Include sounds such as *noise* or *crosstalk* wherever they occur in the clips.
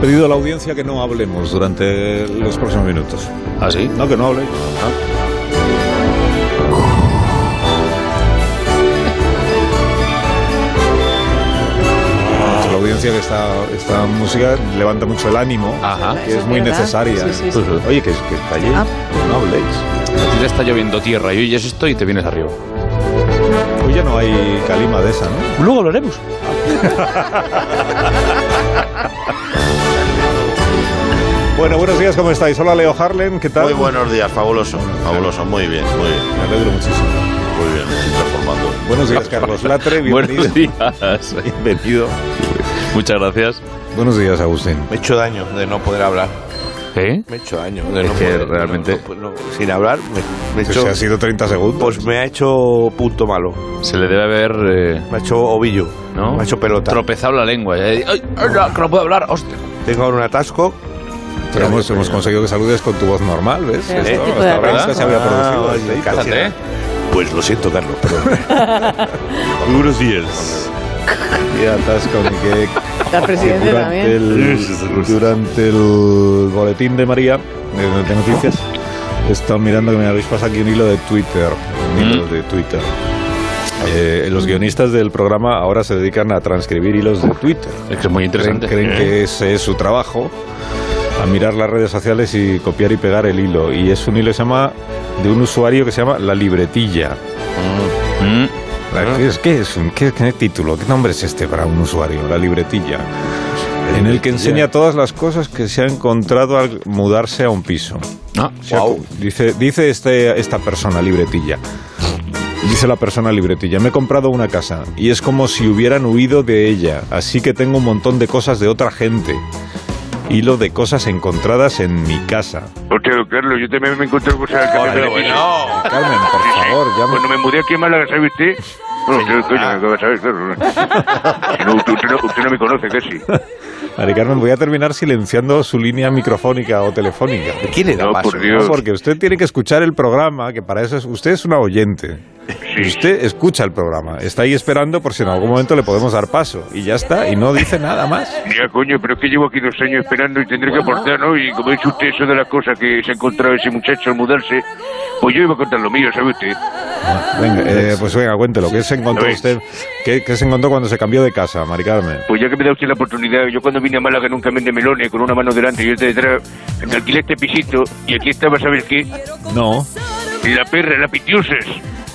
pedido a la audiencia que no hablemos durante los próximos minutos. ¿Ah, sí? No, que no habléis. La audiencia que esta, esta música levanta mucho el ánimo, Ajá. que es muy ¿Verdad? necesaria. Sí, sí, sí. Ujú. Oye, que, que calléis, Ah. no habléis. A ti te está lloviendo tierra, yo ya esto y te vienes arriba. Hoy ya no hay calima de esa, ¿no? Luego hablaremos. Bueno, buenos días, ¿cómo estáis? Hola Leo Harlem, ¿qué tal? Muy buenos días, fabuloso, fabuloso, muy bien, muy bien, Me alegro muchísimo. muy bien, me estoy transformando. Buenos días, Carlos Latre, bienvenido. Buenos días. *laughs* bienvenido. Muchas gracias. Buenos días, Agustín. Me he hecho daño de no poder hablar, ¿Eh? me he hecho daño de Es no que poder, no, realmente- no, no, sin hablar, me, me he Pues hecho, ha sido 30 segundos. pues me ha hecho punto malo, Se le debe haber... eh, me ha hecho ovillo, ¿No? me ha hecho pelota. Tropezado la lengua. ya. Ay, ay, no, que no puedo hablar. Hostia. Tengo ahora un atasco. Pero hemos, hemos conseguido que saludes con tu voz normal, ¿ves? ¿Eh? Esto, Sí, este tipo de hasta ahora ¿verdad? nunca se había producido. Ah, este hito. casi Fíjate, nada. ¿eh? Pues lo siento, Carlos, pero *laughs* Muy buenos días. Qué atasco, ni qué- La durante, presidenta también. el, durante el boletín de María, de, de noticias, he estado mirando que me habéis pasado aquí un hilo de Twitter. Un hilo Mm. de Twitter. Eh, los guionistas del programa ahora se dedican a transcribir hilos de Twitter. Es que es muy creen, interesante. creen Eh. que ese es su trabajo, a mirar las redes sociales y copiar y pegar el hilo. Y es un hilo que se llama, de un usuario que se llama La Libretilla. Mm. La- ¿Qué es, qué es un- qué- qué título? ¿Qué nombre es este para un usuario? La Libretilla. En el que enseña todas las cosas que se ha encontrado al mudarse a un piso. Ah, Se ha- Dice, dice este, esta persona, libretilla. Dice la persona libretilla, me he comprado una casa y es como si hubieran huido de ella, así que tengo un montón de cosas de otra gente. Hilo de cosas encontradas en mi casa. Hostia, don Carlos, yo también me encontré cosas que me bueno. Carmen, por favor, ya me- Cuando me mudé aquí en Málaga, ¿sabe usted? No, usted, Ah. coño, ¿qué va a saber, Carlos? Si no, usted, usted no, usted no me conoce casi. Mari Carmen, voy a terminar silenciando su línea microfónica o telefónica. ¿quién le da No, paso? por No, Dios. porque usted tiene que escuchar el programa, que para eso es, usted es una oyente. Sí. Usted escucha el programa, está ahí esperando por si en algún momento le podemos dar paso. Y ya está, y no dice nada más. Ya, coño, pero es que llevo aquí dos años esperando y tendré que aportar, ¿no? Y como dice usted, eso de las cosas que se ha encontrado ese muchacho al mudarse, pues yo iba a contar lo mío, ¿sabe usted? Venga, eh, pues venga, cuéntelo. ¿Qué se encontró A ver. usted? ¿Qué, qué se encontró cuando se cambió de casa, Mari Carmen? Pues ya que me da usted la oportunidad, yo cuando vine a Málaga nunca me de melones, con una mano delante y otra detrás, me alquilé este pisito y aquí estaba, ¿sabes qué? No. La perra, la pitiuses.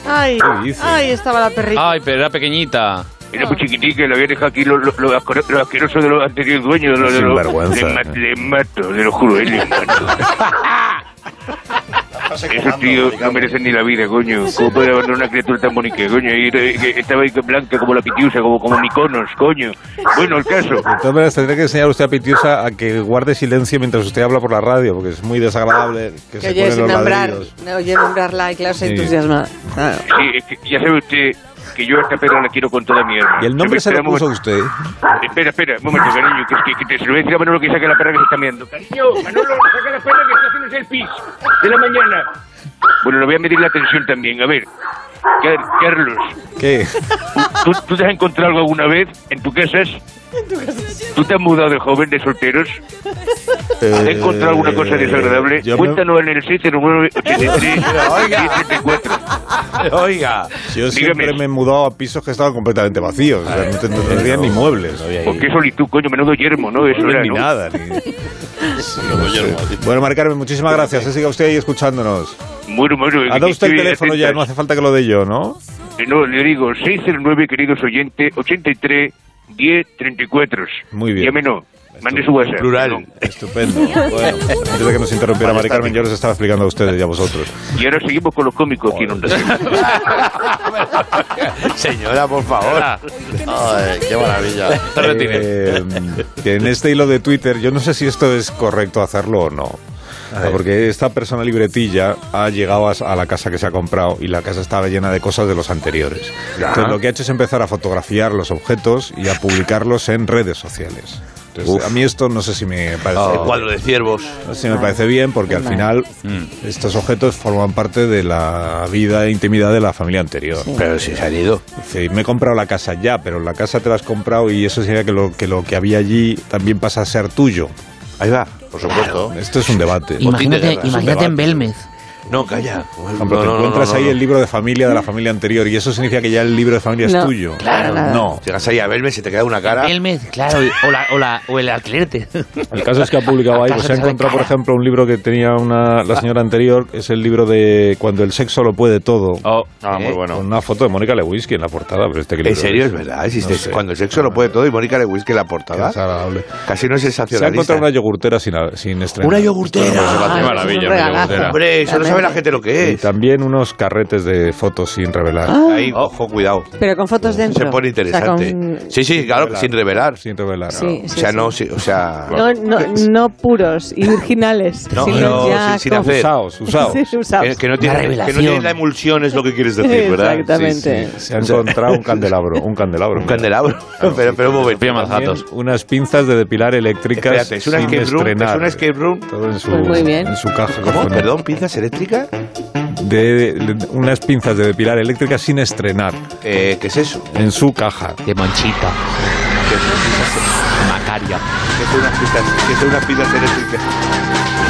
Ay, ¿Qué dices? ay, estaba la Ah, perrita. Ay, pero era pequeñita. Era muy chiquitica y lo había dejado aquí lo, lo, lo asco- lo asqueroso de los anteriores dueños. Lo, de los- Sinvergüenza. Le, ma- le mato, te lo juro, eh, le mato. Esos tíos no merecen ni la vida, coño. ¿Cómo puede abandonar una criatura tan bonita, coño? Y era- y que estaba ahí blanca como la pitiusa, como, como Miconos, coño. Bueno, el caso. De todas maneras, tendría que enseñar usted a Pitiusa a que guarde silencio mientras usted habla por la radio, porque es muy desagradable que Que se oye, cuelen sin los nombrar, ladrillos. oye, nombrarla y claro, se Sí. entusiasma. Ah. Claro. Sí, es que ya sabe usted que yo a esta perra la quiero con toda mi alma. Y el nombre se lo Esperamos- puso usted. Espera, espera, un momento, cariño, que, que, que te se lo voy a decir a Manolo que saque la perra que se está meando. Cariño, Manolo, saca la perra que está haciendo el pis de la mañana. Bueno, le voy a medir la tensión también, a ver. Car- Carlos, *laughs* ¿Qué? ¿tú, tú te has encontrado algo alguna vez en tu casa? ¿Tú te has mudado de joven, de solteros? Eh, ¿Has encontrado alguna cosa desagradable? Eh, yo me- Cuéntanos en el 609 83 Oiga. *laughs* 74. Oiga. Yo siempre Dígame. me he mudado a pisos que estaban completamente vacíos. O sea, no te- no tendría ni muebles. ¿Por qué solitud, coño? Menudo yermo, ¿no? Eso No era, ni ¿no? nada. ni- Bueno, Mari Carmen, muchísimas gracias. eh, Siga usted ahí escuchándonos. Bueno, bueno, Ha dado usted el estoy teléfono ya, atentas. no hace falta que lo dé yo, ¿no? Eh, No, le digo, 609, queridos oyentes, 83 10 34. Muy bien. Llámenos. Mande su WhatsApp. Plural. perdón. Estupendo. Bueno, antes de que nos interrumpiera Mari Carmen, yo les estaba explicando a ustedes y a vosotros. Y ahora seguimos con los cómicos aquí en Onda Cero. Señora, por favor. Ay, qué maravilla. Te retires. Eh, que en este hilo de Twitter, yo no sé si esto es correcto hacerlo o no. O sea, Porque esta persona libretilla ha llegado a, a la casa que se ha comprado y la casa estaba llena de cosas de los anteriores. Entonces lo que ha hecho es empezar a fotografiar los objetos y a publicarlos en redes sociales. Entonces, a mí esto no sé si me parece... El cuadro de ciervos. No sé si me parece bien porque al final estos objetos forman parte de la vida e intimidad de la familia anterior. Pero si se han ido. Dice, me he comprado la casa ya, pero la casa te la has comprado y eso significa que lo que, lo que había allí también pasa a ser tuyo. Ahí va, por supuesto. Esto es un debate. Por Botín de guerra, Imagínate, es un imagínate en debate. Belmez. No, calla. ejemplo, te encuentras ahí el libro de familia de la familia anterior y eso significa que ya el libro de familia es No, tuyo. claro, nada. no. Llegas ahí a verme, se te queda una cara. Belmez, claro, o, la, o, la, o el alquilerte. El caso es que ha publicado ahí, pues se ha encontrado, por ejemplo, un libro que tenía una, la señora anterior, que es el libro de Cuando el sexo lo puede todo. Oh, Ah, muy Con bueno. una foto de Mónica Lewinsky en la portada. Pero este que En libro serio, es verdad. Existe. No sé. Cuando el sexo lo puede todo y Mónica Lewinsky en la Qué portada. desagradable. Casi no es Se ha sensacionalista. encontrado una yogurtera sin, sin estrenar. Una yogurtera. qué es un maravilla. regalazo. mira, mira. Hombre, eso no sabe la gente lo que Y es. Ah. también unos carretes de fotos sin revelar. Ahí, ojo, cuidado. Pero con fotos dentro. Se pone O interesante. sea, con- Sí, sí, claro, sin revelar. Sin revelar. Sí, O sí, sea, sí. no, sí, o sea. No, no, no puros y *laughs* virginales, No, sino no, ya sin- sin hacer. Usados, usados. *laughs* Sí, usados. Que, que no tiene, Una que no revelación. tiene la emulsión, es lo que quieres decir, ¿verdad? Exactamente. Sí, sí. Se ha encontrado un candelabro, un candelabro. Un candelabro. pero, pero un momento. Pilla más También datos. unas pinzas de depilar eléctricas Espérate, es una sin escape room. estrenar. Es una escape room. Todo en su, Pues muy bien. en su caja. ¿Cómo? cojonera. ¿Perdón? ¿Pinzas eléctricas? De, de- unas pinzas de depilar eléctricas sin estrenar. Eh, ¿Qué es eso? En su caja. De manchita. Macaria. ¿Qué son unas pinzas, qué son unas pinzas eléctricas?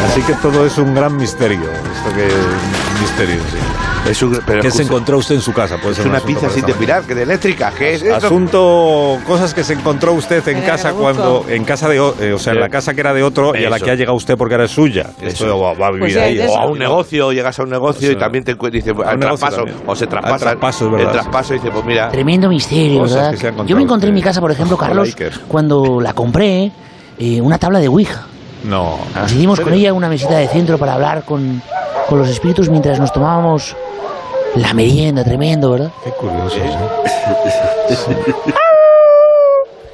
Así que todo es un gran misterio. Esto que misterio, sí. Es un, pero ¿Qué se escucha, encontró usted en su casa? Puede Es ser un una asunto pinza para sin esta mañana. depilar, que de eléctrica. ¿Qué es eso? Asunto, cosas que se encontró usted en Mira, casa que lo busco. cuando, en casa de, o- eh, o sea, en la casa que era de otro y a la Eso. que ha llegado usted porque ahora es suya. Esto va, va a vivir Pues ya ahí. es de eso. O a un negocio, llegas a un negocio y también te encu- dice, un al negocio traspaso, también. o se Al traspasa. traspaso, es verdad, El traspaso y dice, pues mira, Tremendo misterio, Cosas ¿verdad? que se han Yo contado me encontré en mi ustedes. casa, por ejemplo, Ojo, Carlos, likers. cuando la compré, eh, una tabla de Ouija. No. Ah. Nos hicimos con ella una mesita de centro para hablar con, con los espíritus mientras nos tomábamos la merienda, tremendo, ¿verdad? Qué ¿eh? curioso.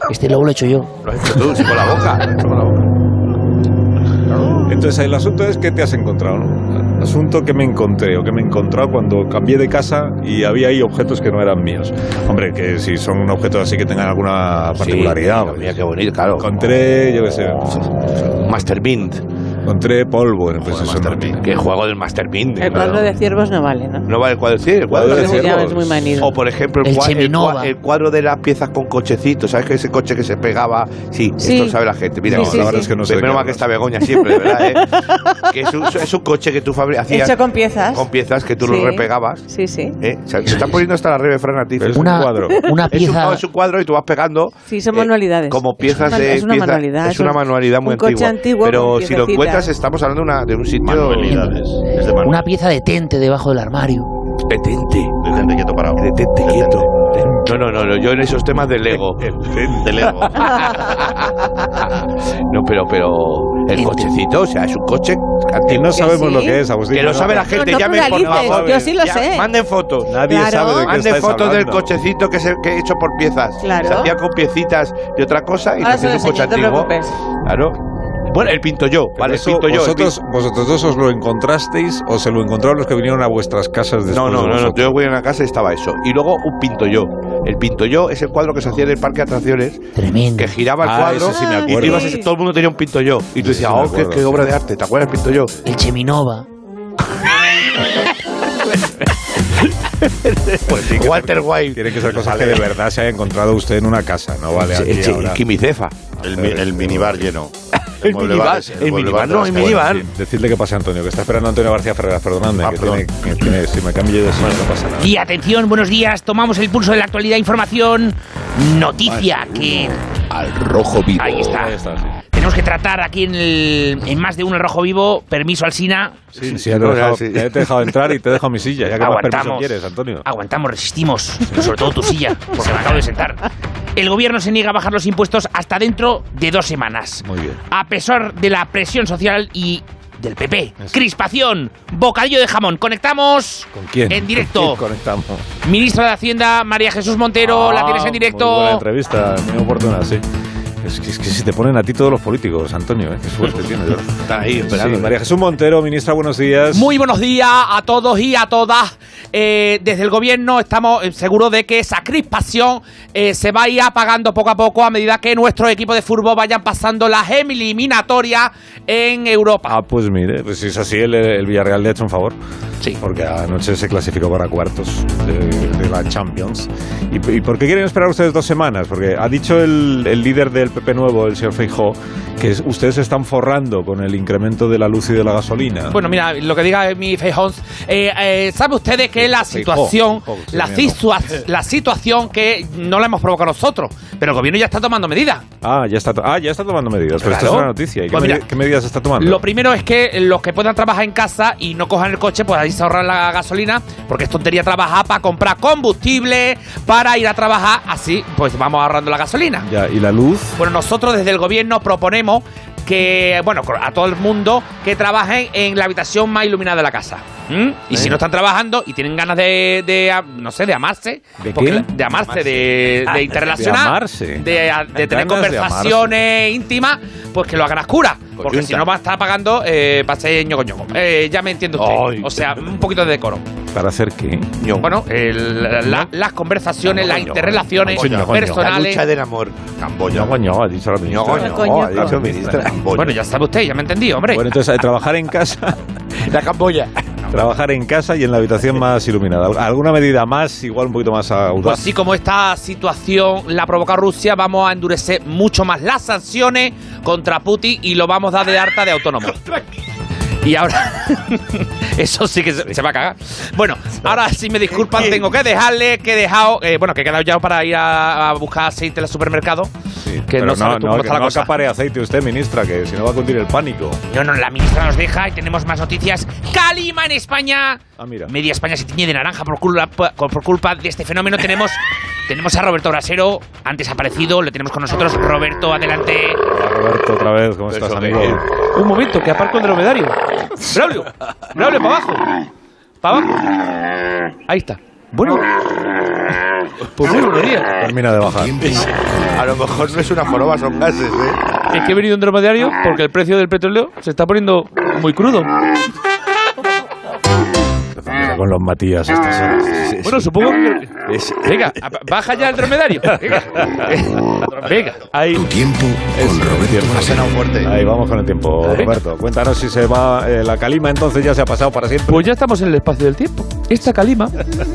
Este logo lo he hecho yo. lo has hecho tú, sí, con la boca. con la boca. Entonces, el asunto es que te has encontrado, ¿no? Asunto que me encontré o que me he encontrado cuando cambié de casa y había ahí objetos que no eran míos. Hombre, que si son objetos así que tengan alguna particularidad. Sí, mira qué bonito, claro. encontré, yo qué sé, Master Mint. encontré polvo. Bueno, pues Joder, eso no Master Mint. tiene- Qué juego del Master Mint. El claro. cuadro de ciervos no vale, ¿no? No vale el cuadro, sí, el cuadro Cuadro de de Porque ciervos. ya es muy manido. O por ejemplo el, El cua- el Cheminova. cua- el cuadro de las piezas con cochecitos, ¿sabes que ese coche que se pegaba? Sí, Sí. esto lo sabe la gente. Mira, Sí, No, sí, la sí. verdad es que no sé. de Primero qué mal que hablas. está Begoña *laughs* siempre, ¿verdad? eh? que es un, es un coche que tú fabri- hacías Hecho con piezas. con piezas que tú Sí. lo repegabas. Sí, sí. ¿eh? O sea, se están poniendo hasta la rebe, Fran, a ti. Pero *laughs* es Una, un *laughs* cuadro. una Es un, pieza. no, es un cuadro y tú vas pegando. Sí, son manualidades. Eh, Como Es piezas una- de. es una pieza- manualidad, Es una un- manualidad muy un coche antiguo Pero con si lo piececitas. encuentras, estamos hablando de una- de un sitio. Manualidades. Es de Una pieza de tente debajo del armario. Detente. Detente quieto parado. Detente quieto. No, no, no, no, yo en esos temas del Lego. Del *laughs* Lego. no, pero, pero. Este- El cochecito, o sea, es un coche Y antiguo. no sabemos sí. lo que es, Agustín. Que lo sabe la gente, No, no llamen por pluralices, favor. yo sí lo Ya, sé. Manden fotos. Nadie Claro. sabe de qué Manden estáis fotos del hablando. cochecito que, se, que he hecho por piezas. Claro. Se hacía con piecitas de otra cosa y Ahora se hacía se un lo coche enseño, no te antiguo. preocupes. Claro. Bueno, el pinto yo. Vale, el Eso, pinto yo. el vosotros, vosotros dos os lo encontrasteis o se lo encontraron los que vinieron a vuestras casas después No, no, de no, no, vosotros? yo voy a una casa y estaba eso. Y luego un pinto yo. El pinto yo es el cuadro que se hía en el parque de atracciones, Tremendo. que giraba el Ah, cuadro ese sí me y tú acuerdo. ibas a- todo el mundo tenía un pinto yo. Y tú sí decías, me oh, qué, acuerdo, qué sí. obra de arte, ¿te acuerdas del pinto yo? El Cheminova. Walter White. Tienen que ser cosas que de verdad se haya encontrado usted en una casa, ¿no? Vale, El, aquí che- el ahora. quimicefa. El, mi- el minibar lleno. El mueble minibar, bar es- el mueble minibar, bar de no, las el calles. minibar. Sí, Decidle que pase Antonio, que está esperando a Antonio García Ferreras, perdóname, Ah, que, perdón. tiene, que tiene- si me cambio yo de sitio no pasa nada. Y atención, buenos días. Tomamos el pulso de la actualidad, información, noticia que Al rojo vivo. ahí está. Ahí está, sí. Tenemos que tratar aquí en, el, en más de uno el rojo vivo. Permiso, Alsina. Sí, sí, ya te, he no, dejado, sí. ya te he dejado entrar y te dejo mi silla, ya que más permiso Aguantamos. quieres, Antonio. Aguantamos, resistimos. Sobre todo tu silla. Se me acabo de sentar. El gobierno se niega a bajar los impuestos hasta dentro de dos semanas. Muy bien. A pesar de la presión social y del PP. Crispación, bocadillo de jamón. Conectamos ¿Con quién? en directo. ¿Con quién conectamos? Ah, Ministra de Hacienda, María Jesús Montero, la tienes en Muy buena directo. entrevista, muy oportuna, sí. Es que, es que se te ponen a ti todos los políticos, Antonio, ¿eh? qué suerte tienes. de verdad. Está ahí eh. Sí, María Jesús Montero, ministra, buenos días. Muy buenos días a todos y a todas. Eh, desde el gobierno estamos eh, seguros de que esa crispación eh, se va a ir apagando poco a poco a medida que nuestros equipos de fútbol vayan pasando las eliminatorias en Europa. Ah, pues mire, pues si es así, el, el Villarreal le ha hecho un favor. Sí. Porque anoche se clasificó para cuartos de, de la Champions. ¿Y, p- y por qué quieren esperar ustedes dos semanas? Porque ha dicho el, el líder del PP Nuevo, el señor Feijó, que es- ustedes se están forrando con el incremento de la luz y de la gasolina. Bueno, mira, lo que diga mi Feijón, eh, eh, ¿sabe ustedes que la Feijóo, situación, Feijóo, sí, la, mira, situa- la situación que no la hemos provocado nosotros, pero el gobierno ya está tomando medidas? Ah, ya está, to- ah, ya está tomando medidas. Pero esta es Claro. una noticia. ¿Y Pues qué, mira, medi- qué medidas está tomando? Lo primero es que los que puedan trabajar en casa y no cojan el coche, pues ahí se ahorran la gasolina, porque es tontería trabajar para comprar combustible, para ir a trabajar, así pues vamos ahorrando la gasolina. Ya, y la luz. Bueno, nosotros desde el gobierno proponemos que, bueno, a todo el mundo que trabajen en la habitación más iluminada de la casa. ¿Mm? Y si no están trabajando y tienen ganas de, de, ah, no sé, de amarse, ¿De porque qué? la- de amarse, de, Ah, de de interrelacionar, amarse. de, ah, de tener Ganas de conversaciones íntimas, pues que lo hagan a oscuras. Porque si no va a estar pagando, eh, va a ser ñoco ñoco. Eh, ya me entiende usted. Ay. o sea, un poquito de decoro. ¿Para hacer qué? Bueno, el- la- la- las conversaciones, las interrelaciones Ñoco ñoco. La personales. lucha del amor. Camboya. ha dicho la ministra. Ñoco, Ñoco, ñoco, ha ñoco. dicho ministra. Bueno, ya sabe usted, ya me entendí, hombre. Bueno, entonces, eh, trabajar en *laughs* casa, La Camboya. trabajar en casa y en la habitación más iluminada. Al- ¿Alguna medida más, igual un poquito más Pues audaz? sí, como esta situación la provoca Rusia, vamos a endurecer mucho más las sanciones contra Putin y lo vamos a dar de harta de autónomo. Y ahora, *laughs* eso sí que se, se va a cagar. Bueno, ahora si me disculpan, tengo que dejarle que he dejado, eh, bueno, que he quedado ya para ir a, a buscar aceite en el supermercado. Sí, que pero no sabe tú cómo que está la no cosa. acapare aceite usted, ministra, que si no va a cundir el pánico. No, no, la ministra nos deja y tenemos más noticias. ¡Calima en España! Ah, mira. Media España se tiñe de naranja por culpa, por culpa de este fenómeno. *laughs* Tenemos, tenemos a Roberto Brasero, antes aparecido, le tenemos con nosotros. Roberto, adelante. Hola, Ah, Roberto, otra vez, ¿cómo Pero estás, eso amigo? que- Un momento, que aparco el dromedario. Braulio, Braulio, para abajo. Para abajo. Ahí está. Bueno. Pues muy buenos días. Termina de bajar. A lo mejor no es una joroba, son gases, ¿eh? Es que he venido en dromedario porque el precio del petróleo se está poniendo muy crudo. Mira con los Matías este. a estas horas. Bueno, supongo que... Venga, apa- baja ya el dromedario. Venga. Venga, ahí. Tu tiempo con Roberto Ha Brasero. sonado fuerte. Ahí vamos con el tiempo, Roberto. Cuéntanos si se va eh, la calima, entonces ya se ha pasado para siempre. Pues ya estamos en el espacio del tiempo. Esta calima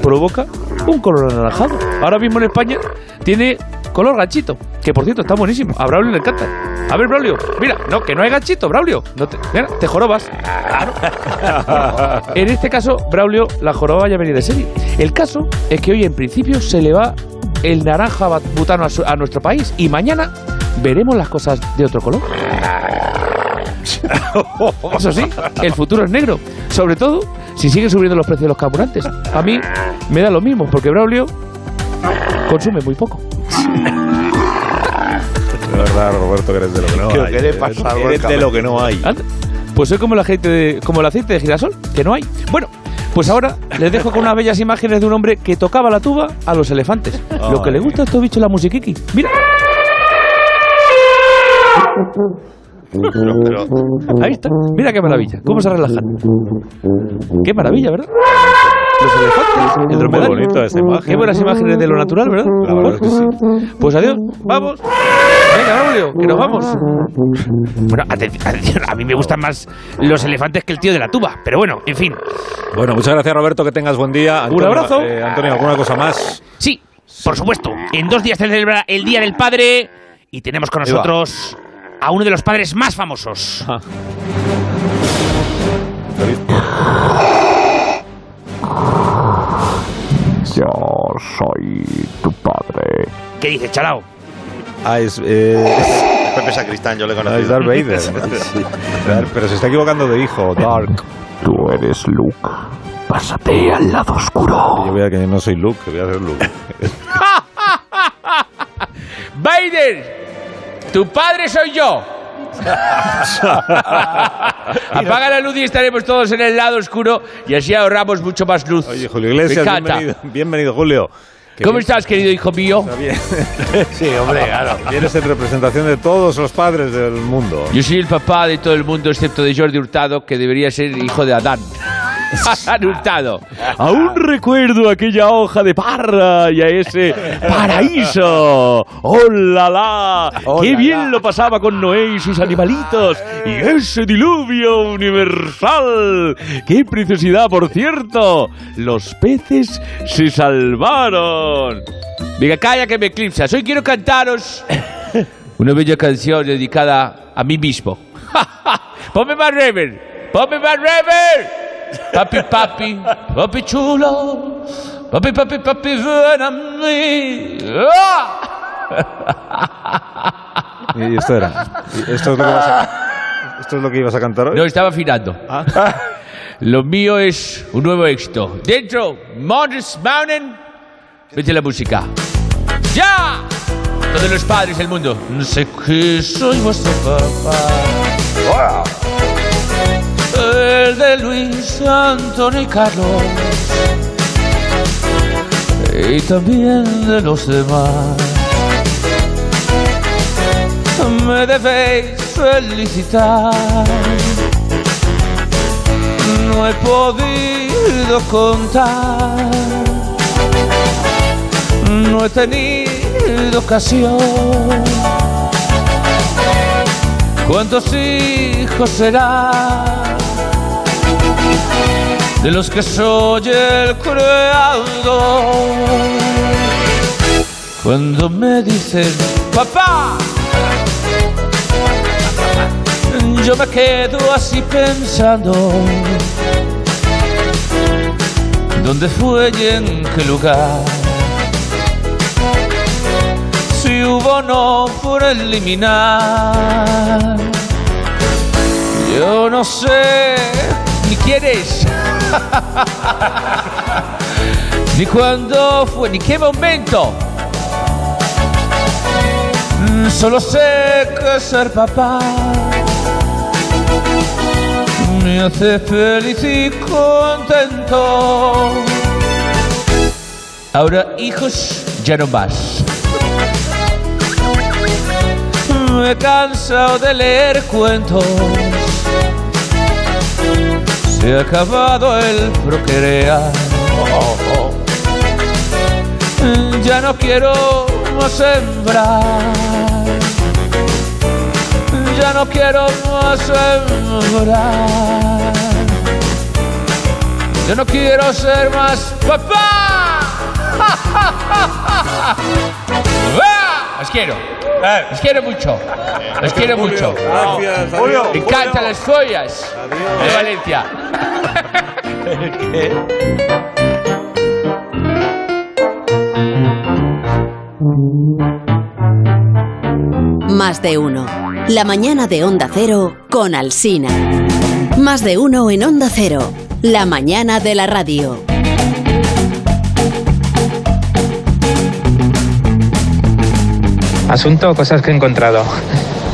provoca un color anaranjado. Ahora mismo en España tiene color ganchito, que por cierto está buenísimo. A Braulio le encanta. A ver, Braulio, mira, no, que no hay ganchito, Braulio. No te, mira, te jorobas. En este caso, Braulio, la joroba ya venía de serie. El caso es que hoy, en principio, se le va el naranja bat- butano a, su- a nuestro país y mañana veremos las cosas de otro color. Eso sí, el futuro es negro. Sobre todo si siguen subiendo los precios de los carburantes. A mí me da lo mismo, porque Braulio consume muy poco. De verdad, Roberto, que eres de lo que no ¿Qué- hay. qué le pasa a Eres Roberto? de lo que no hay. Anda, Pues soy como el, aceite de- como el aceite de girasol, que no hay. Bueno, pues ahora les dejo con unas bellas imágenes de un hombre que tocaba la tuba a los elefantes. Lo que le gusta a estos bichos es la musiquiqui. Mira, Pero, pero, ahí está. Mira qué maravilla. Cómo se relajan. Qué maravilla, ¿verdad? Los elefantes, el Muy dromedario. bonita esta imagen. Qué buenas imágenes de lo natural, ¿verdad? La verdad es que sí. Pues adiós, *laughs* vamos. Venga, Braulio, que nos vamos. Bueno, atención, atención, a mí me gustan más los elefantes que el tío de la tuba, pero bueno, en fin. Bueno, muchas gracias, Roberto, que tengas buen día. abrazo. eh, Antonio, ¿alguna cosa más? Sí, por supuesto, en dos días se celebra el Día del Padre y tenemos con nosotros a uno de los padres más famosos. ¿Qué dices, Chalao? Ah, es, eh, es Pepe Sacristán, yo le es conozco. Darth Vader. Sí. Dar- Pero se está equivocando de hijo, Dark. Tú eres Luke. Pásate al lado oscuro. Yo vea que no soy Luke, que voy a ser Luke. Biden, tu padre soy *laughs* yo. Apaga la luz y estaremos todos en el lado oscuro y así ahorramos mucho más luz. Oye, Julio Iglesias, Me encanta. bienvenido, bienvenido, Julio. Que ¿Cómo vi- estás, querido hijo mío? Sí, hombre, claro. Vienes en representación de todos los padres del mundo. Yo soy el papá de todo el mundo, excepto de Jordi Hurtado, que debería ser hijo *laughs* de Adán. Adán Hurtado. Aún recuerdo aquella hoja de parra y a *laughs* ese paraíso. ¡Oh, la, ¡Oh, la! ¡Qué bien lo pasaba con Noé y sus animalitos! ¡Y ese diluvio universal! ¡Qué preciosidad, por cierto! ¡Los peces se salvaron! Venga, calla que me eclipsas. Hoy quiero cantaros *laughs* una bella canción dedicada a mí mismo. *laughs* ¡Ponme más rever! ¡Ponme más rever! Papi, papi, papi chulo. Papi, papi, papi, ven a mí. ¡Ah! Y esto era. Y Esto es lo que vas a, esto es lo que ibas a cantar hoy. No, estaba afinando. Ah. *laughs* Lo mío es un nuevo éxito. Dentro, Mother's Mountain. Vete la música. ¡Ya! Todos los padres del mundo. No sé qué soy vuestro papá. El de Luis, Antonio y Carlos. Y también de los demás. Me debéis felicitar. No he podido contar. No he tenido ocasión. ¿Cuántos hijos será? De los que soy el creador. Cuando me dicen, papá, yo me quedo así pensando. ¿Dónde fue y en qué lugar? Si hubo o no por eliminar. Yo no sé ni quién es. ni cuándo fue, ni qué momento. Mm, Solo sé que ser papá me hace feliz y contento. Ahora hijos ya no más. Me he cansado de leer cuentos. Se ha acabado el procrear. Ya no quiero más sembrar ya no quiero más sembrar. Yo no quiero ser más papá. ¡Ah! *laughs* Os quiero. Os quiero mucho. Os quiero mucho. Gracias, Me encantan las joyas de Valencia. Más de uno. La mañana de Onda Cero con Alsina. Más de uno en Onda Cero. La mañana de la radio. Asunto, cosas que he encontrado.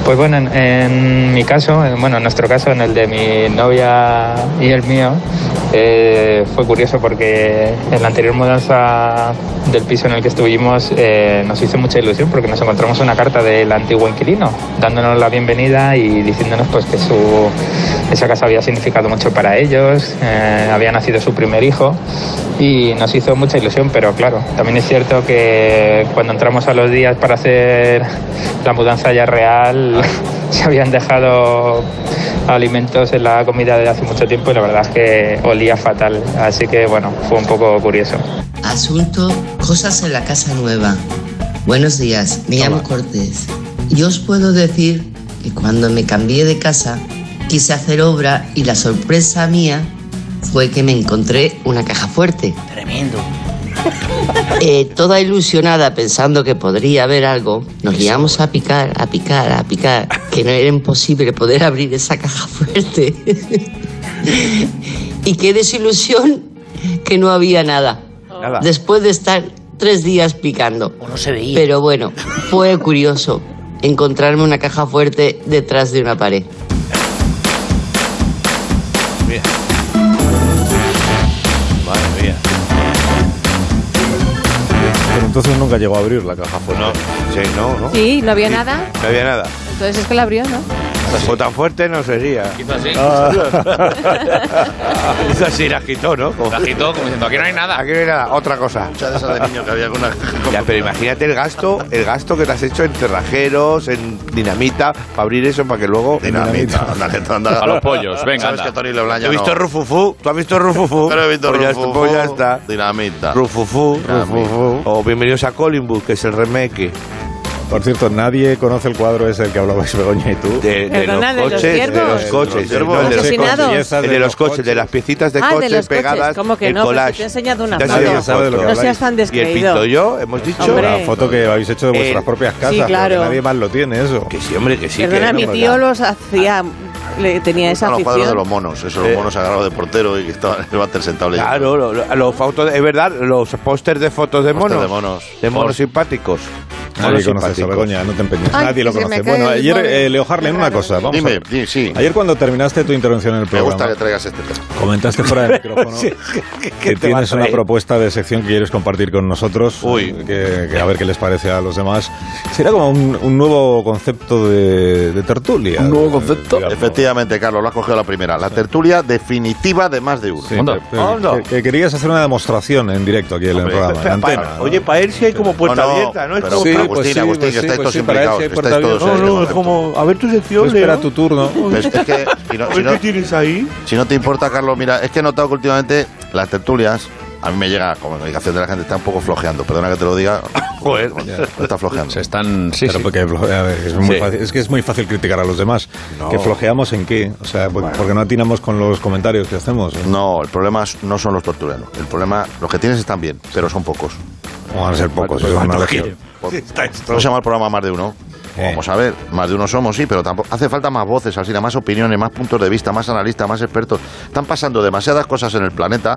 Pues bueno, en, en mi caso, en- bueno, en nuestro caso, en el de mi novia y el mío, eh, fue curioso porque en la anterior mudanza del piso en el que estuvimos eh, nos hizo mucha ilusión porque nos encontramos una carta del antiguo inquilino dándonos la bienvenida y diciéndonos pues que su, esa casa había significado mucho para ellos, eh, había nacido su primer hijo y nos hizo mucha ilusión, pero claro, también es cierto que cuando entramos a los días para hacer la mudanza ya real, se habían dejado alimentos en la comida de hace mucho tiempo y la verdad es que olía fatal, así que bueno, fue un poco curioso. Asunto, cosas en la casa nueva. Buenos días, me llamo Cortés. Yo os puedo decir que cuando me cambié de casa, quise hacer obra y la sorpresa mía fue que me encontré una caja fuerte. Tremendo. toda ilusionada pensando que podría haber algo, nos guiamos a picar, a picar, a picar, que no era imposible poder abrir esa caja fuerte. *laughs* y qué desilusión que no había nada. Después de estar tres días picando. Pero bueno, fue curioso encontrarme una caja fuerte detrás de una pared. Mira. Madre mía. Pero entonces nunca llegó a abrir la caja fuerte. No, sí, no, no. Sí, no había nada. No había nada. Entonces es que la abrió, ¿no? O tan fuerte no sería. Hizo así. Hizo así, la agitó, ¿no? La agitó como diciendo, aquí no hay nada. Aquí no hay nada. Otra cosa. de esas de niño que había Ya, pero imagínate el gasto, el gasto que te has hecho en cerrajeros, en dinamita, para abrir eso para que luego. Dinamita, anda, que tú andas- A los pollos, venga, Sabes que anda. Tony Leblanc ya ¿Has no. visto Rufufú? ¿Tú has visto *laughs* Rufufú? Pero he visto Pues ya Rufufú. está- pues ya está. Dinamita. Rufufú, Dinamita. Rufufú. O bienvenidos a Collingwood, que es el remake. Por cierto, nadie conoce el cuadro ese del que hablabais, Begoña, y tú. De, de los Perdona, ¿de los coches, de ciervos? los coches, De los no, de los asesinados. coches, el de los coches, de las piecitas de Ah, de coches los coches, pegadas, ¿cómo que el no? Pues collage. si te he enseñado una Te has foto. enseñado Sabe de lo que foto. habláis. No seas tan Y el descreído. pinto yo, hemos dicho. Hombre. La foto que habéis hecho de vuestras Eh, propias casas. Sí, claro. porque Nadie más lo tiene, eso. Que sí, hombre, que Ah. sí. Perdona, mi tío los hacía, le tenía esa Son Ah, los cuadros de afición. los monos, esos los monos agarrados de portero y que estaban en el váter sentado leyendo. Claro, lo- lo- los fotos, es verdad, los pósters de fotos de Póster monos. de monos. De monos Post- simpáticos. Nadie Monos conoce eso, simpáticos. *laughs* Begoña, no te empeñes. Ay, Nadie lo que se me conoce. cae Bueno, el ayer, móvil. eh, Leo Harlem, una cosa. Vamos Dime, a ver. Ayer cuando terminaste tu intervención en el Me programa, gusta que traigas este tema. comentaste fuera del micrófono *laughs* Sí, que te va a tienes una traer? propuesta de sección que quieres compartir con nosotros. Que, que a ver qué les parece a los demás. Será como un, un nuevo concepto de, de tertulia. eh, ¿Un nuevo concepto? Efectivamente, Carlos, lo has cogido la primera. La tertulia definitiva de más de uno. Que, que querías hacer una demostración en directo aquí en el *laughs* programa, en la pa- antena. Oye, para él sí hay como puerta No, no, abierta, ¿no? Es pero pues, como- pues Agustín, Agustín, que estáis todos implicados, que estáis todos No, en este no, es concepto. como, a ver tu sección, Pues espera Leo. tu *laughs* turno. Pero es que, *laughs* si no- a si ver no- qué tienes ahí. Si no te importa, Carlos, mira, es que he notado que últimamente las tertulias, a mí me llega como comunicación de la gente, está un poco flojeando. Perdona que te *laughs* lo diga. Joder, está flojeando. Se están. Pero porque flo- a ver, es, muy fácil, es que es muy fácil criticar a los demás. No. ¿Que flojeamos en qué? O sea, porque, porque no atinamos con los comentarios que hacemos. No, el problema es- no son los tortureros. El problema, los que tienes están bien, pero son pocos. Van a ser pocos. Pero es una no legión. quiero. ¿Cómo se llama el programa Más de Uno? Eh. Vamos a ver, más de uno somos, sí, pero tampoco hace falta más voces, así más opiniones, más puntos de vista, más analistas, más expertos. Están pasando demasiadas cosas en el planeta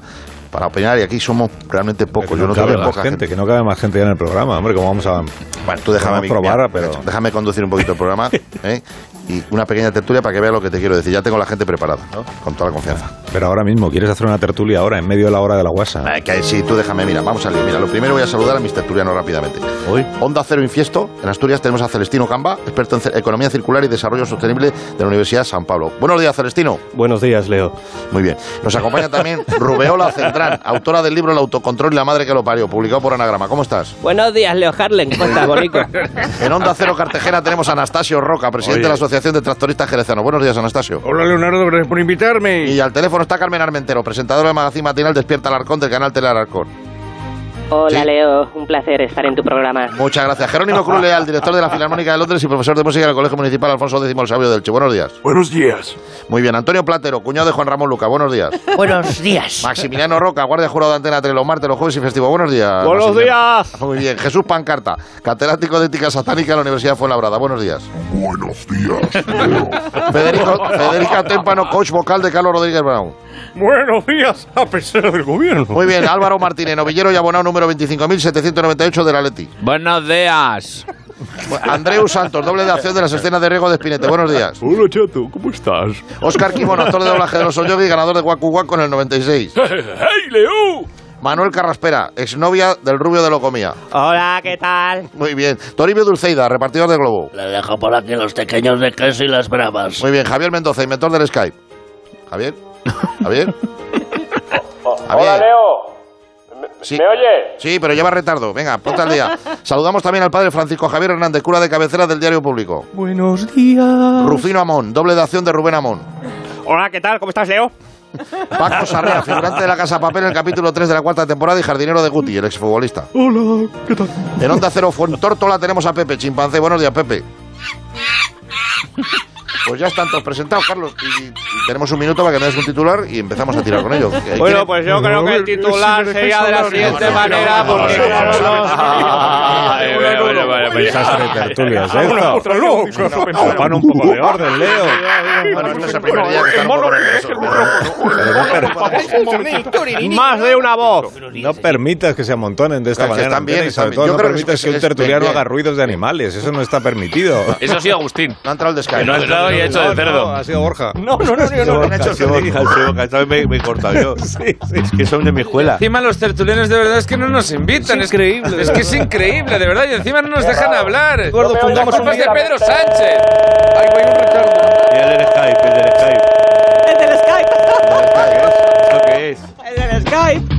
para opinar y aquí somos realmente pocos. Que no te cabe veo más poca gente, que no cabe más gente ya en el programa. Hombre, ¿cómo vamos a...? Bueno, tú déjame a mí- probar, mira, pero... Déjame conducir un poquito el programa ¿eh? y una pequeña tertulia para que veas lo que te quiero decir. Ya tengo la gente preparada, con toda la confianza. Pero ahora mismo, ¿quieres hacer una tertulia ahora, en medio de la hora de la guasa? Eh, que sí, tú déjame, mira, vamos a ver. Mira, lo primero voy a saludar a mis tertulianos rápidamente. Hoy. Onda Cero Infiesto, en Asturias tenemos a Celestino Camba, experto en ce- Economía Circular y Desarrollo Sostenible de la Universidad de San Pablo. Buenos días, Celestino. Buenos días, Leo. Muy bien. Nos acompaña también Rubeola Centrán, autora del libro El autocontrol y la madre que lo parió, publicado por Anagrama. ¿Cómo estás? Buenos días, Leo Harlem. ¿Cómo estás, bonico? En Onda Cero Cartagena tenemos a Anastasio Roca, presidente Oye. de la Asociación de Tractoristas Jerezanos. Buenos días, Anastasio. Hola Leonardo, gracias por invitarme. Y al teléfono está Carmen Armentero, presentadora del magazine matinal Despierta Alarcón del canal Telealarcón. Hola, Leo. Un placer estar en tu programa. Muchas gracias. Jerónimo Cruz Leal, director de la Filarmónica de Londres y profesor de música del Colegio Municipal Alfonso X el Sabio del Che. Buenos días. Buenos días. Muy bien. Antonio Platero, cuñado de Juan Ramón Luca. Buenos días. *laughs* Buenos días. Maximiliano Roca, guardia jurado de Antena 3 los martes, los jueves y festivo. Buenos días. Buenos Maximiliano. Muy bien. Jesús Pancarta, catedrático de ética satánica de la Universidad de Fuenlabrada. Buenos días. Buenos días. *laughs* Federico, Federica Témpano, coach vocal de Carlos Rodríguez Brown. Buenos días, a pesar del gobierno. Muy bien, Álvaro Martínez, novillero y abonado número 25.798 del Atleti. Buenos días. Andreu Santos, doble de acción de las escenas de riego de Espinete. Buenos días. Hola, chato, ¿cómo estás? *laughs* Oscar Kimono, actor de doblaje de los Oyogi y ganador de Waku Waku en el 96. ¡Hey, Leo! Manuel Carraspera, exnovia del Rubio de Locomía. Hola, ¿qué tal? Muy bien. Toribio Dulceida, repartidor de Globo. Le dejo por aquí los pequeños de queso y las bravas. Muy bien. Javier Mendoza, inventor del Skype. Javier. Javier. *laughs* Hola, Leo. Sí. ¿Me oye? Sí, pero lleva retardo. Venga, ponte al día. Saludamos también al padre Francisco Javier Hernández, cura de cabecera del Diario Público. Buenos días. Rufino Amón, doble de acción de Rubén Amón. Hola, ¿qué tal? ¿Cómo estás, Leo? Paco Sarrea, figurante de la Casa Papel en el capítulo 3 de la cuarta temporada y jardinero de Guti, el exfutbolista. Hola, ¿qué tal? En Onda Cero Fuentórtola tenemos a Pepe, chimpancé. Buenos días, Pepe. Pues ya están todos presentados, Carlos. Y, y tenemos un minuto para que me des un titular y empezamos a tirar con ello. ¿Qué- Bueno, qué- pues yo creo que el titular sería de la siguiente manera, porque como no- Desastre de tertulias, ¿eh? Una Pon otra loca. un poco de orden, Leo. Más de una voz. No permitas que se amontonen de esta Claro, que manera. están bien, Antena, y sobre están bien. todo Yo no creo que permitas es- que un es- tertuliano bien. haga ruidos de animales. Eso no está permitido. Eso ha sí, sido Agustín. *laughs* No ha entrado el descanso. No ha entrado y ha hecho de cerdo. ha sido Borja. No, no, no, no. no, Han hecho el Borja, el Borja, esta vez me, me he cortado yo. Es que son de mi escuela. Encima los tertulianos de verdad es que no nos invitan. Es increíble. Es que es increíble, de verdad. Y encima no nos dejan hablar. Gordo, Por fundamos un culpas de Pedro Sánchez. Y el del Skype, el del Skype. *laughs* ¿Esto qué es? Skype.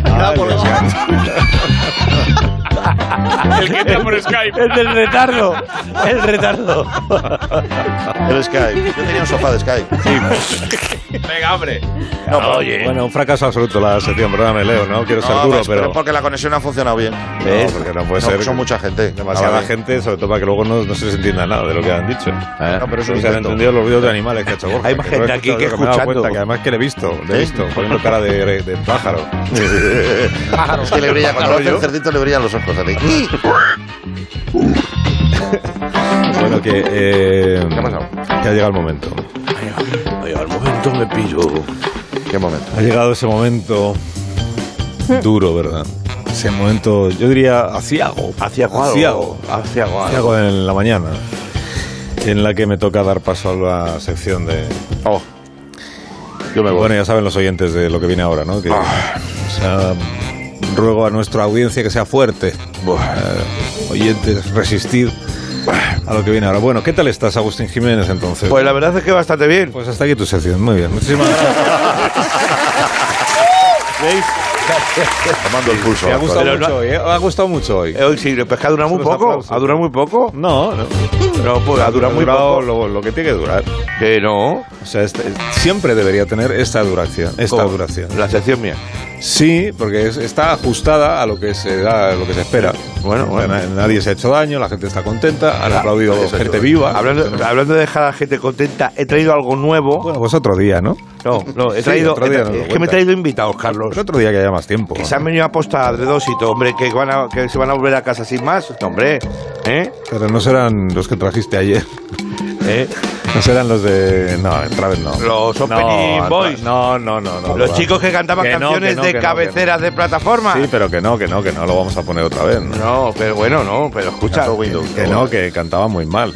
El que entra por Skype. El del retardo. El retardo. El Skype. Yo tenía un sofá de Skype. Venga, hombre. No, pero- oye. Bueno, un fracaso absoluto la sección, perdóname, Leo. No quiero ser No, duro, pues, pero... es porque la conexión no ha funcionado bien. No, porque no puede No, ser. son mucha gente. Demasiada Ahora bien. gente, sobre todo para que luego no, no se les entienda nada de lo que han dicho. No, pero es un No se han Eh, intento. entendido los ruidos de animales que ha hecho Borja. Hay más lo he gente aquí escuchado, que me he dado escuchando. cuenta, que además que le he visto, le he ¿Eh? visto, poniendo cara de, de- de *laughs* pájaro. Es que le brilla, cuando lo hace el cerdito le brillan los ojos. hace aquí. Bueno, que. eh, Que ha llegado el momento. Al momento me pillo. ¿Qué momento? Ha llegado ese momento duro, ¿verdad? Ese momento, yo diría, aciago. Aciago. Aciago. Aciago. Aciago en la mañana. En la que me toca dar paso a la sección de. Oh. Bueno, ya saben los oyentes de lo que viene ahora, ¿no? Que, o sea, ruego a nuestra audiencia que sea fuerte. Eh, oyentes, resistir a lo que viene ahora. Bueno, ¿qué tal estás, Agustín Jiménez, entonces? Pues la verdad es que bastante bien. Pues hasta aquí tu sección. Muy bien. Muchísimas gracias. ¿Veis? Tomando el pulso. Me ha gustado Pero mucho no- hoy, ¿eh? Ha gustado mucho hoy. Hoy sí, pero es que ha durado muy Los poco. aplausos. ¿Ha durado muy poco? No, no. No, pues ha durado muy durado poco. Lo, lo que tiene que durar. Que no. O sea, este- siempre debería tener esta duración. Esta ¿Cómo? duración. La sección mía. Sí, porque es- está ajustada a lo que se da, a lo que se espera. Bueno, Nadie se ha hecho daño, la gente está contenta, han Ah, aplaudido eso, gente yo- viva. Hablando, hablando de dejar a la gente contenta, he traído algo nuevo. Bueno, pues otro día, ¿no? No, no, he Sí, traído. otro día nos lo es que me he cuentas. traído invitados, Carlos. Pues Otro día que haya más tiempo. Que se han venido a posta de dos y todo, hombre, que, van a- que se van a volver a casa sin más. No, hombre, ¿eh? Pero no serán los que trajiste ayer. *laughs* ¿Eh? No serán los de. No, otra vez no. Los Opening no, Boys. No, no, no. no Los no. chicos que cantaban no, canciones que no, de que no, que no. cabeceras de plataforma. Sí, pero que no, que no, que no lo vamos a poner otra vez. No, pero bueno, no, pero escucha. Que no, que cantaban muy mal.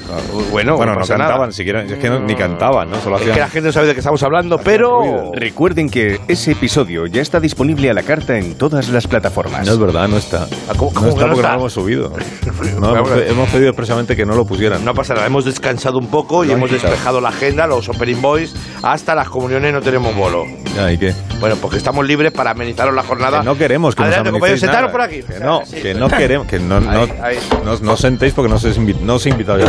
Bueno, bueno, no no, pasa cantaban nada. siquiera, es que no- ni cantaban, ¿no? Solo Es que hacían. la gente no sabe de qué estamos hablando, pero. Recuerden que ese episodio ya está disponible a la carta en todas las plataformas. No es verdad, no está. cómo no está porque que no está? no lo hemos subido. No, Vamos hemos, a ver. pe- hemos pedido expresamente que no lo pusieran. No pasa nada, hemos descansado un poco y Lo han hemos quitado. despejado la agenda, los Opening Boys, hasta las comuniones no tenemos bolo. Ya, ¿y qué? Bueno, porque estamos libres para amenizaros la jornada. Que no queremos que Adelante, nos compañeros, amenicéis sentaros nada. por aquí. Que no, Sí. que no queremos, que no, no, ahí. no, no os sentéis porque no os, invi- no os he invitado yo.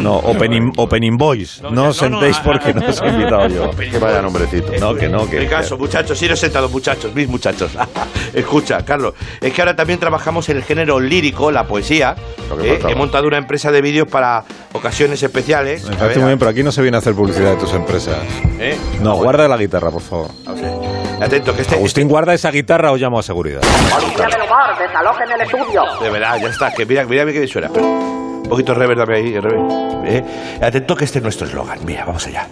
No, opening, opening boys, no os sentéis porque no os he invitado yo. Que vaya nombrecito. No, que no, que... Ricaso, muchachos, iros sentados, muchachos, mis muchachos. *laughs* Escucha, Carlos, es que ahora también trabajamos el género lírico, la poesía. Lo que ¿eh? faltaba. He montado una empresa de vídeos para ocasiones especiales. Me A ver, parece muy bien, pero aquí no se viene a hacer publicidad de tus empresas. ¿eh? No, guarda la guitarra, por favor. Atento, que este... Eh, Agustín, guarda esa guitarra o llamo a seguridad. Policía del humor, desalojen el estudio. De verdad, ya está, que mira, mira, mira que bien suena. Un poquito de reverb dame ahí, reverb. ¿eh? Atento que este es nuestro eslogan. Mira, vamos allá.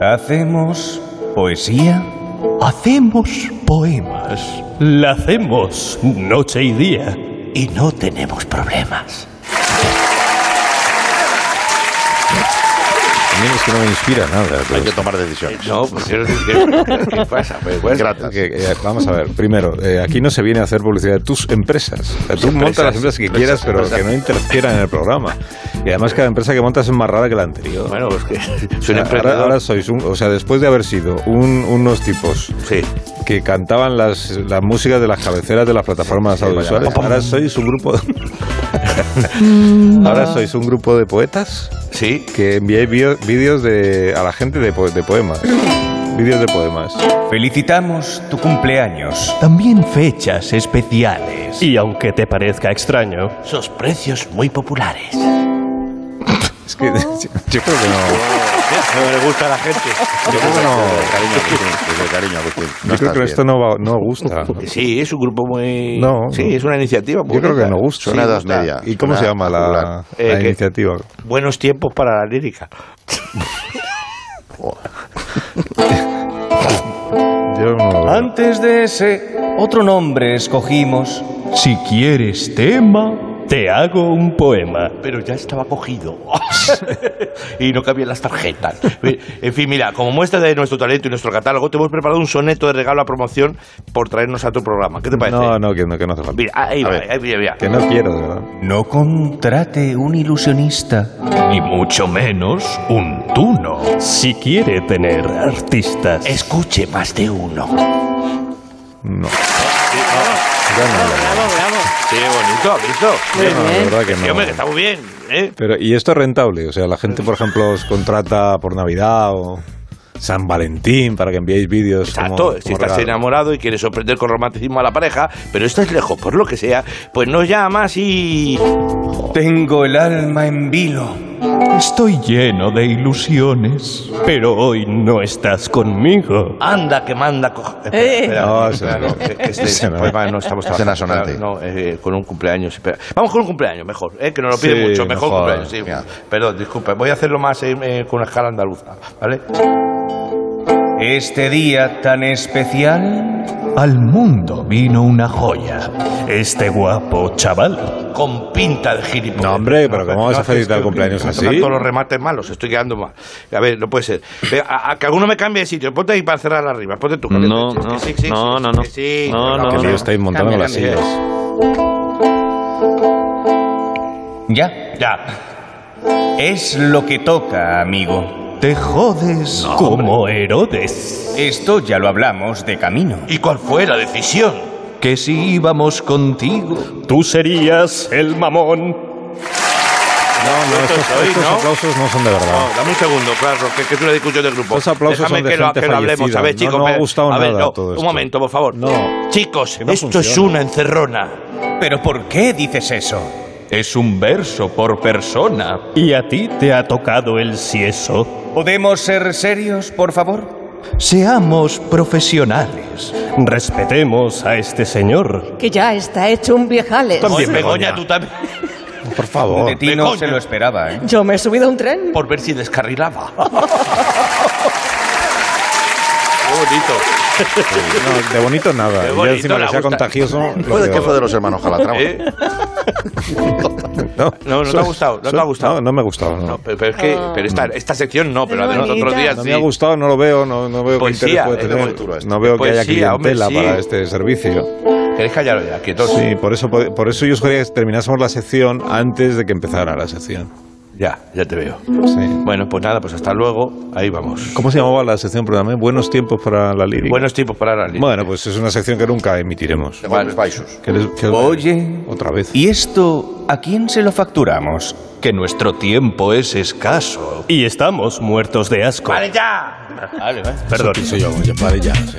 Hacemos poesía. Hacemos poemas. La hacemos noche y día. Y no tenemos problemas. También es que no me inspira nada. Hay que tomar decisiones. No, pues yo no sé qué, qué pasa. Pues, bueno. eh, vamos a ver, primero, eh, aquí no se viene a hacer publicidad de tus empresas. O sea, tú montas las empresas que quieras, empresas, pero empresas. que no interfieran en el programa. Y además cada empresa que montas es más rara que la anterior. Bueno, pues que *laughs* O soy sea, un ahora, emprendedor. ahora sois un, o sea, después de haber sido un- unos tipos que cantaban las, las músicas de las cabeceras de las plataformas audiovisuales, ahora sois un grupo de, Ahora sois un grupo de poetas ¿Sí? que enviáis vídeo- vídeos de, a la gente de, po- de poemas. Vídeos de poemas. Felicitamos tu cumpleaños. También fechas especiales. Y aunque te parezca extraño, Sus precios muy populares. Es que *laughs* yo creo que no. No le gusta a la gente. Yo creo que no. Cariño, Agustín, cariño, Agustín. No Yo creo estás que bien. esto no, va- no gusta. Sí, es un grupo muy. No. Sí, es una iniciativa. Yo creo que no gusta. Suena a dos Gusta. medias. ¿Y cómo Suena se llama la- popular. la que- iniciativa? Buenos tiempos para la lírica. Antes de ese, otro nombre escogimos. Si quieres tema, te hago un poema. Pero ya estaba cogido. *laughs* y no cabían las tarjetas. En fin, mira, como muestra de nuestro talento y nuestro catálogo, te hemos preparado un soneto de regalo a promoción por traernos a tu programa. ¿Qué te parece? No, no, que no, que no hace falta. Mira, ahí A va, ver, ahí va, ahí va. Que no quiero, de verdad. No contrate un ilusionista, ni mucho menos un tuno, si quiere tener artistas. Escuche más de uno. No. Bravo, bravo. Sí, bonito, ¿has visto? Muy Sí, bien. No, de verdad que Sí, no. hombre, que está muy bien, ¿eh? Pero, ¿y esto es rentable? O sea, la Pues gente, por ejemplo, os contrata por Navidad o San Valentín para que enviéis vídeos. como- Exacto, si como estás regalo. enamorado y quieres sorprender con romanticismo a la pareja, pero estás lejos por lo que sea, pues nos llamas y... Tengo el alma en vilo. Estoy lleno de ilusiones, pero hoy no estás conmigo. Anda que manda coja. Eh. No, espera, ese no. que- que este *laughs* Ese no. poema no estamos Ese no es trabajando, sonante. no, eh, con un cumpleaños. espera. Vamos con un cumpleaños mejor, eh, que nos lo pide Sí, mucho. Mejor, mejor. cumpleaños, sí. Perdón, disculpe. Voy a hacerlo más eh, eh, con una escala andaluza, ¿vale? Este día tan especial, al mundo vino una joya. Este guapo chaval. Con pinta de gilipollas. No, hombre, pero ¿cómo vas a es que- felicitar el cumpleaños me así? tocan Todos los remates malos, estoy quedando mal. A ver, no puede ser. Ve, A, a que alguno me cambie de sitio. Ponte ahí para cerrar arriba. Ponte tú. ponte No, tú. no, Sí, sí, sí, no, sí, no, no. sí, sí. No, no, Que no. lío estáis montando Cambia, las cambia. sillas. Ya. Ya. Es lo que toca, amigo. Te jodes como Herodes. Esto ya lo hablamos de camino. ¿Y cuál fue la decisión? Que si íbamos contigo, tú serías el mamón. No, no, estos, soy, estos ¿no? aplausos no son de verdad. No, dame un segundo, claro, que, que tú una discusión del grupo. Los aplausos Déjame son de que, lo, gente que lo hablemos, fallecida. a ver, No, chicos. no me ha espera. gustado a ver, nada no, todo Un esto. momento, por favor. No. Chicos, no esto es funciona. una encerrona. Pero ¿por qué dices eso? Es un verso por persona. ¿Y a ti te ha tocado el sieso? ¿Podemos ser serios, por favor? Seamos profesionales. Respetemos a este señor. Que ya está hecho un viejales. Oye, Begoña, tú también. Por *laughs* favor. De ti no se lo esperaba, ¿eh? Yo me he subido a un tren. Por ver si *laughs* descarrilaba. Qué bonito. No, de bonito nada. Qué Y bonito, encima le que sea gusta. contagioso. lo Puede que peor. fue de los hermanos Calatrava. ¿Eh? No, No, no te ha gustado, no te ha gustado. No, no me ha gustado. No. Pero, pero es que pero esta, esta sección no, pero la de los otros días No sí. me ha gustado, no lo veo, no, no veo qué Poesía, interés puede es de tener. cultura esto. No veo que haya Poesía, hombre, clientela sí. para este servicio. ¿Queréis callar ya? Quietos. Pues Sí, por eso, por, por eso yo os quería que terminásemos la sección antes de que empezara la sección. Ya, ya te veo. Sí. Bueno, pues nada, pues hasta luego. Ahí vamos. ¿Cómo se llamaba la sección programa? Buenos tiempos para la lírica. Buenos tiempos para la lírica. Bueno, pues es una sección que nunca emitiremos. Vale. Países. Que les- que- Oye. Otra vez. ¿Y esto a quién se lo facturamos? Que nuestro tiempo es escaso. Y estamos muertos de asco. ¡Vale ya! Vale, vale. Perdón. Soy yo, oye, vale ya. sí.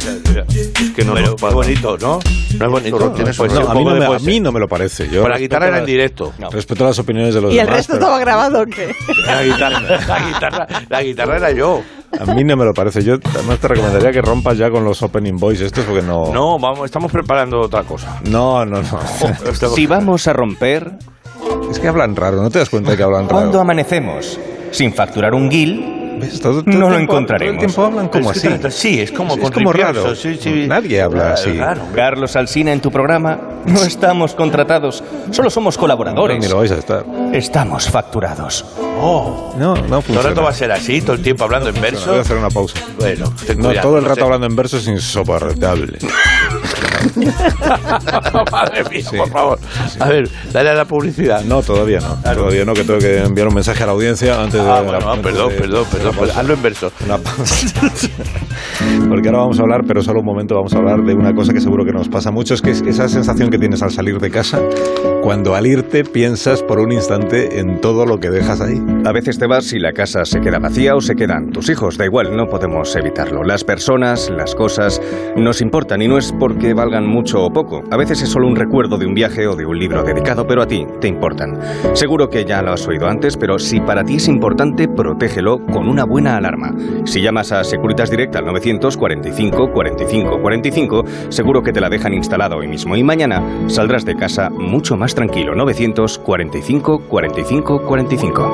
Es que no Pero es bonito, ¿no? No es bonito. No, Pues no, sí, un a, mí poco no de me, a poesía. mí no me lo parece. Yo Pero la guitarra respeto era en directo. No. Respeto las opiniones de los ¿Y el demás. resto pero estaba grabado o qué? La guitarra, la guitarra, la guitarra era yo. a mí no me lo parece. Yo además te recomendaría que rompas ya con los opening boys estos porque no... No, vamos, estamos preparando otra cosa. Oh, No, no, no. *laughs* Si vamos a romper, Es que hablan raro, ¿no te das cuenta de que hablan raro? ¿cuándo amanecemos? Sin facturar un gil, ¿Ves? Todo- todo el tiempo- no lo Todo el encontraremos. tiempo hablan como Es que así. tanto- sí, es como Es- es con como ripioso, raro. sí, sí. Nadie habla así. Claro. Carlos Alsina, en tu programa no estamos contratados, solo somos Ni colaboradores. lo vais a estar. Estamos facturados. Oh. No, no Todo el funciona. rato va a ser así, todo el tiempo hablando en Bueno, Voy a verso. hacer una pausa. Bueno, ten No, cuidado, todo el no rato *laughs* sé. hablando en verso es insoportable. Madre mía, por favor. A ver, dale a la publicidad. No, todavía no. Todavía no, que tengo que enviar un mensaje a la audiencia antes de... Ah, la- bueno, ah, antes perdón, de- perdón, de *laughs* una pausa. Hazlo en verso. Porque ahora vamos a hablar, pero solo un momento vamos a hablar de una cosa que seguro que nos pasa mucho, es que es esa sensación que tienes al salir de casa, cuando al irte piensas por un instante en todo lo que dejas ahí. A veces te vas y la casa se queda vacía o se quedan tus hijos, da igual, no podemos evitarlo. Las personas, las cosas, nos importan y no es porque valgan mucho o poco. A veces es solo un recuerdo de un viaje o de un libro dedicado, pero a ti te importan. Seguro que ya lo has oído antes, pero si para ti es importante, protégelo con una buena alarma. Si llamas a Securitas Direct al 945 45 45, seguro que te la dejan instalada hoy mismo y mañana saldrás de casa mucho más tranquilo. 945 45 45.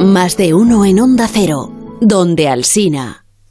Más de uno en Onda Cero, donde Alsina.